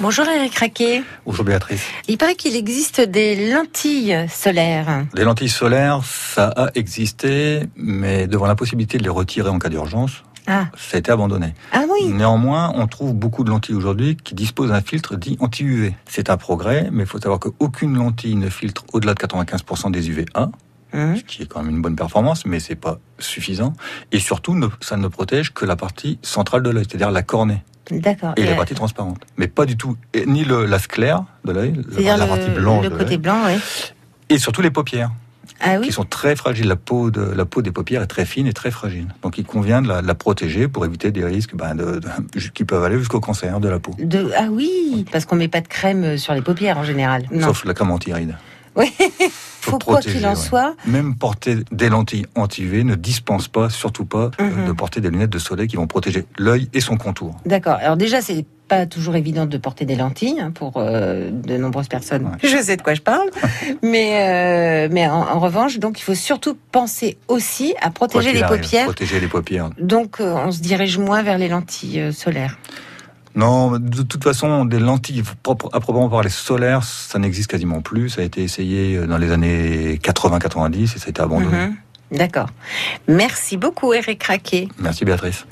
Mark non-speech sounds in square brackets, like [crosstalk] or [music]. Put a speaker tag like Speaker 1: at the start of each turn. Speaker 1: Bonjour Eric Raquet.
Speaker 2: Bonjour Béatrice.
Speaker 1: Il paraît qu'il existe des lentilles solaires.
Speaker 2: Des lentilles solaires, ça a existé, mais devant la possibilité de les retirer en cas d'urgence,
Speaker 1: Ah,
Speaker 2: ça a été abandonné.
Speaker 1: ah oui,
Speaker 2: Néanmoins, on trouve beaucoup de lentilles aujourd'hui qui disposent d'un filtre dit anti-UV. C'est un progrès, mais il faut savoir qu'aucune lentille ne filtre au-delà de 95% des UVA,
Speaker 1: Hum,
Speaker 2: ce qui est quand même une bonne performance, mais c'est pas suffisant. Et surtout, ne- ça ne protège que la partie centrale de l'œil, c'est-à-dire la cornée
Speaker 1: d'accord.
Speaker 2: et
Speaker 1: Et,
Speaker 2: la
Speaker 1: euh,
Speaker 2: partie transparente. Mais pas du tout, et ni le- la sclère de l'œil, la,
Speaker 1: C'est-à-dire
Speaker 2: la
Speaker 1: le,
Speaker 2: partie blanche
Speaker 1: le
Speaker 2: de
Speaker 1: côté
Speaker 2: l'œil,
Speaker 1: blanc, oui.
Speaker 2: et surtout les paupières
Speaker 1: Ah oui,
Speaker 2: qui sont très fragiles. La peau, de, la peau des paupières est très fine et très fragile. Donc il convient de la, de la protéger pour éviter des risques ben, de- de- qui peuvent aller jusqu'au cancer de la peau.
Speaker 1: de, ah oui, parce qu'on met pas de crème euh, sur les paupières en général. Non,
Speaker 2: Sauf la crème anti-ride.
Speaker 1: [laughs] faut quoi qu'il en
Speaker 2: ouais.
Speaker 1: soit.
Speaker 2: Même porter des lentilles anti-UV ne dispense pas, surtout pas, euh,
Speaker 1: Mhm.
Speaker 2: de porter des lunettes de soleil qui vont protéger l'œil et son contour.
Speaker 1: D'accord. Alors déjà, c'est pas toujours évident de porter des lentilles hein, pour euh, de nombreuses personnes.
Speaker 2: Ouais.
Speaker 1: Je sais de quoi je
Speaker 2: [laughs]
Speaker 1: parle, mais euh, mais en, en revanche, donc il faut surtout penser aussi à
Speaker 2: Quoi
Speaker 1: protéger
Speaker 2: qu'il
Speaker 1: les
Speaker 2: arrive,
Speaker 1: paupières.
Speaker 2: Protéger les paupières.
Speaker 1: Donc euh, on se dirige moins vers les lentilles euh, solaires.
Speaker 2: Non, de toute façon, des lentilles propres, à proprement parler solaires, ça n'existe quasiment plus. Ça a été essayé euh, dans les années 80-90 et ça a été abandonné.
Speaker 1: Mhm. D'accord. Merci Mhm. beaucoup Eric Raquet.
Speaker 2: Merci Béatrice.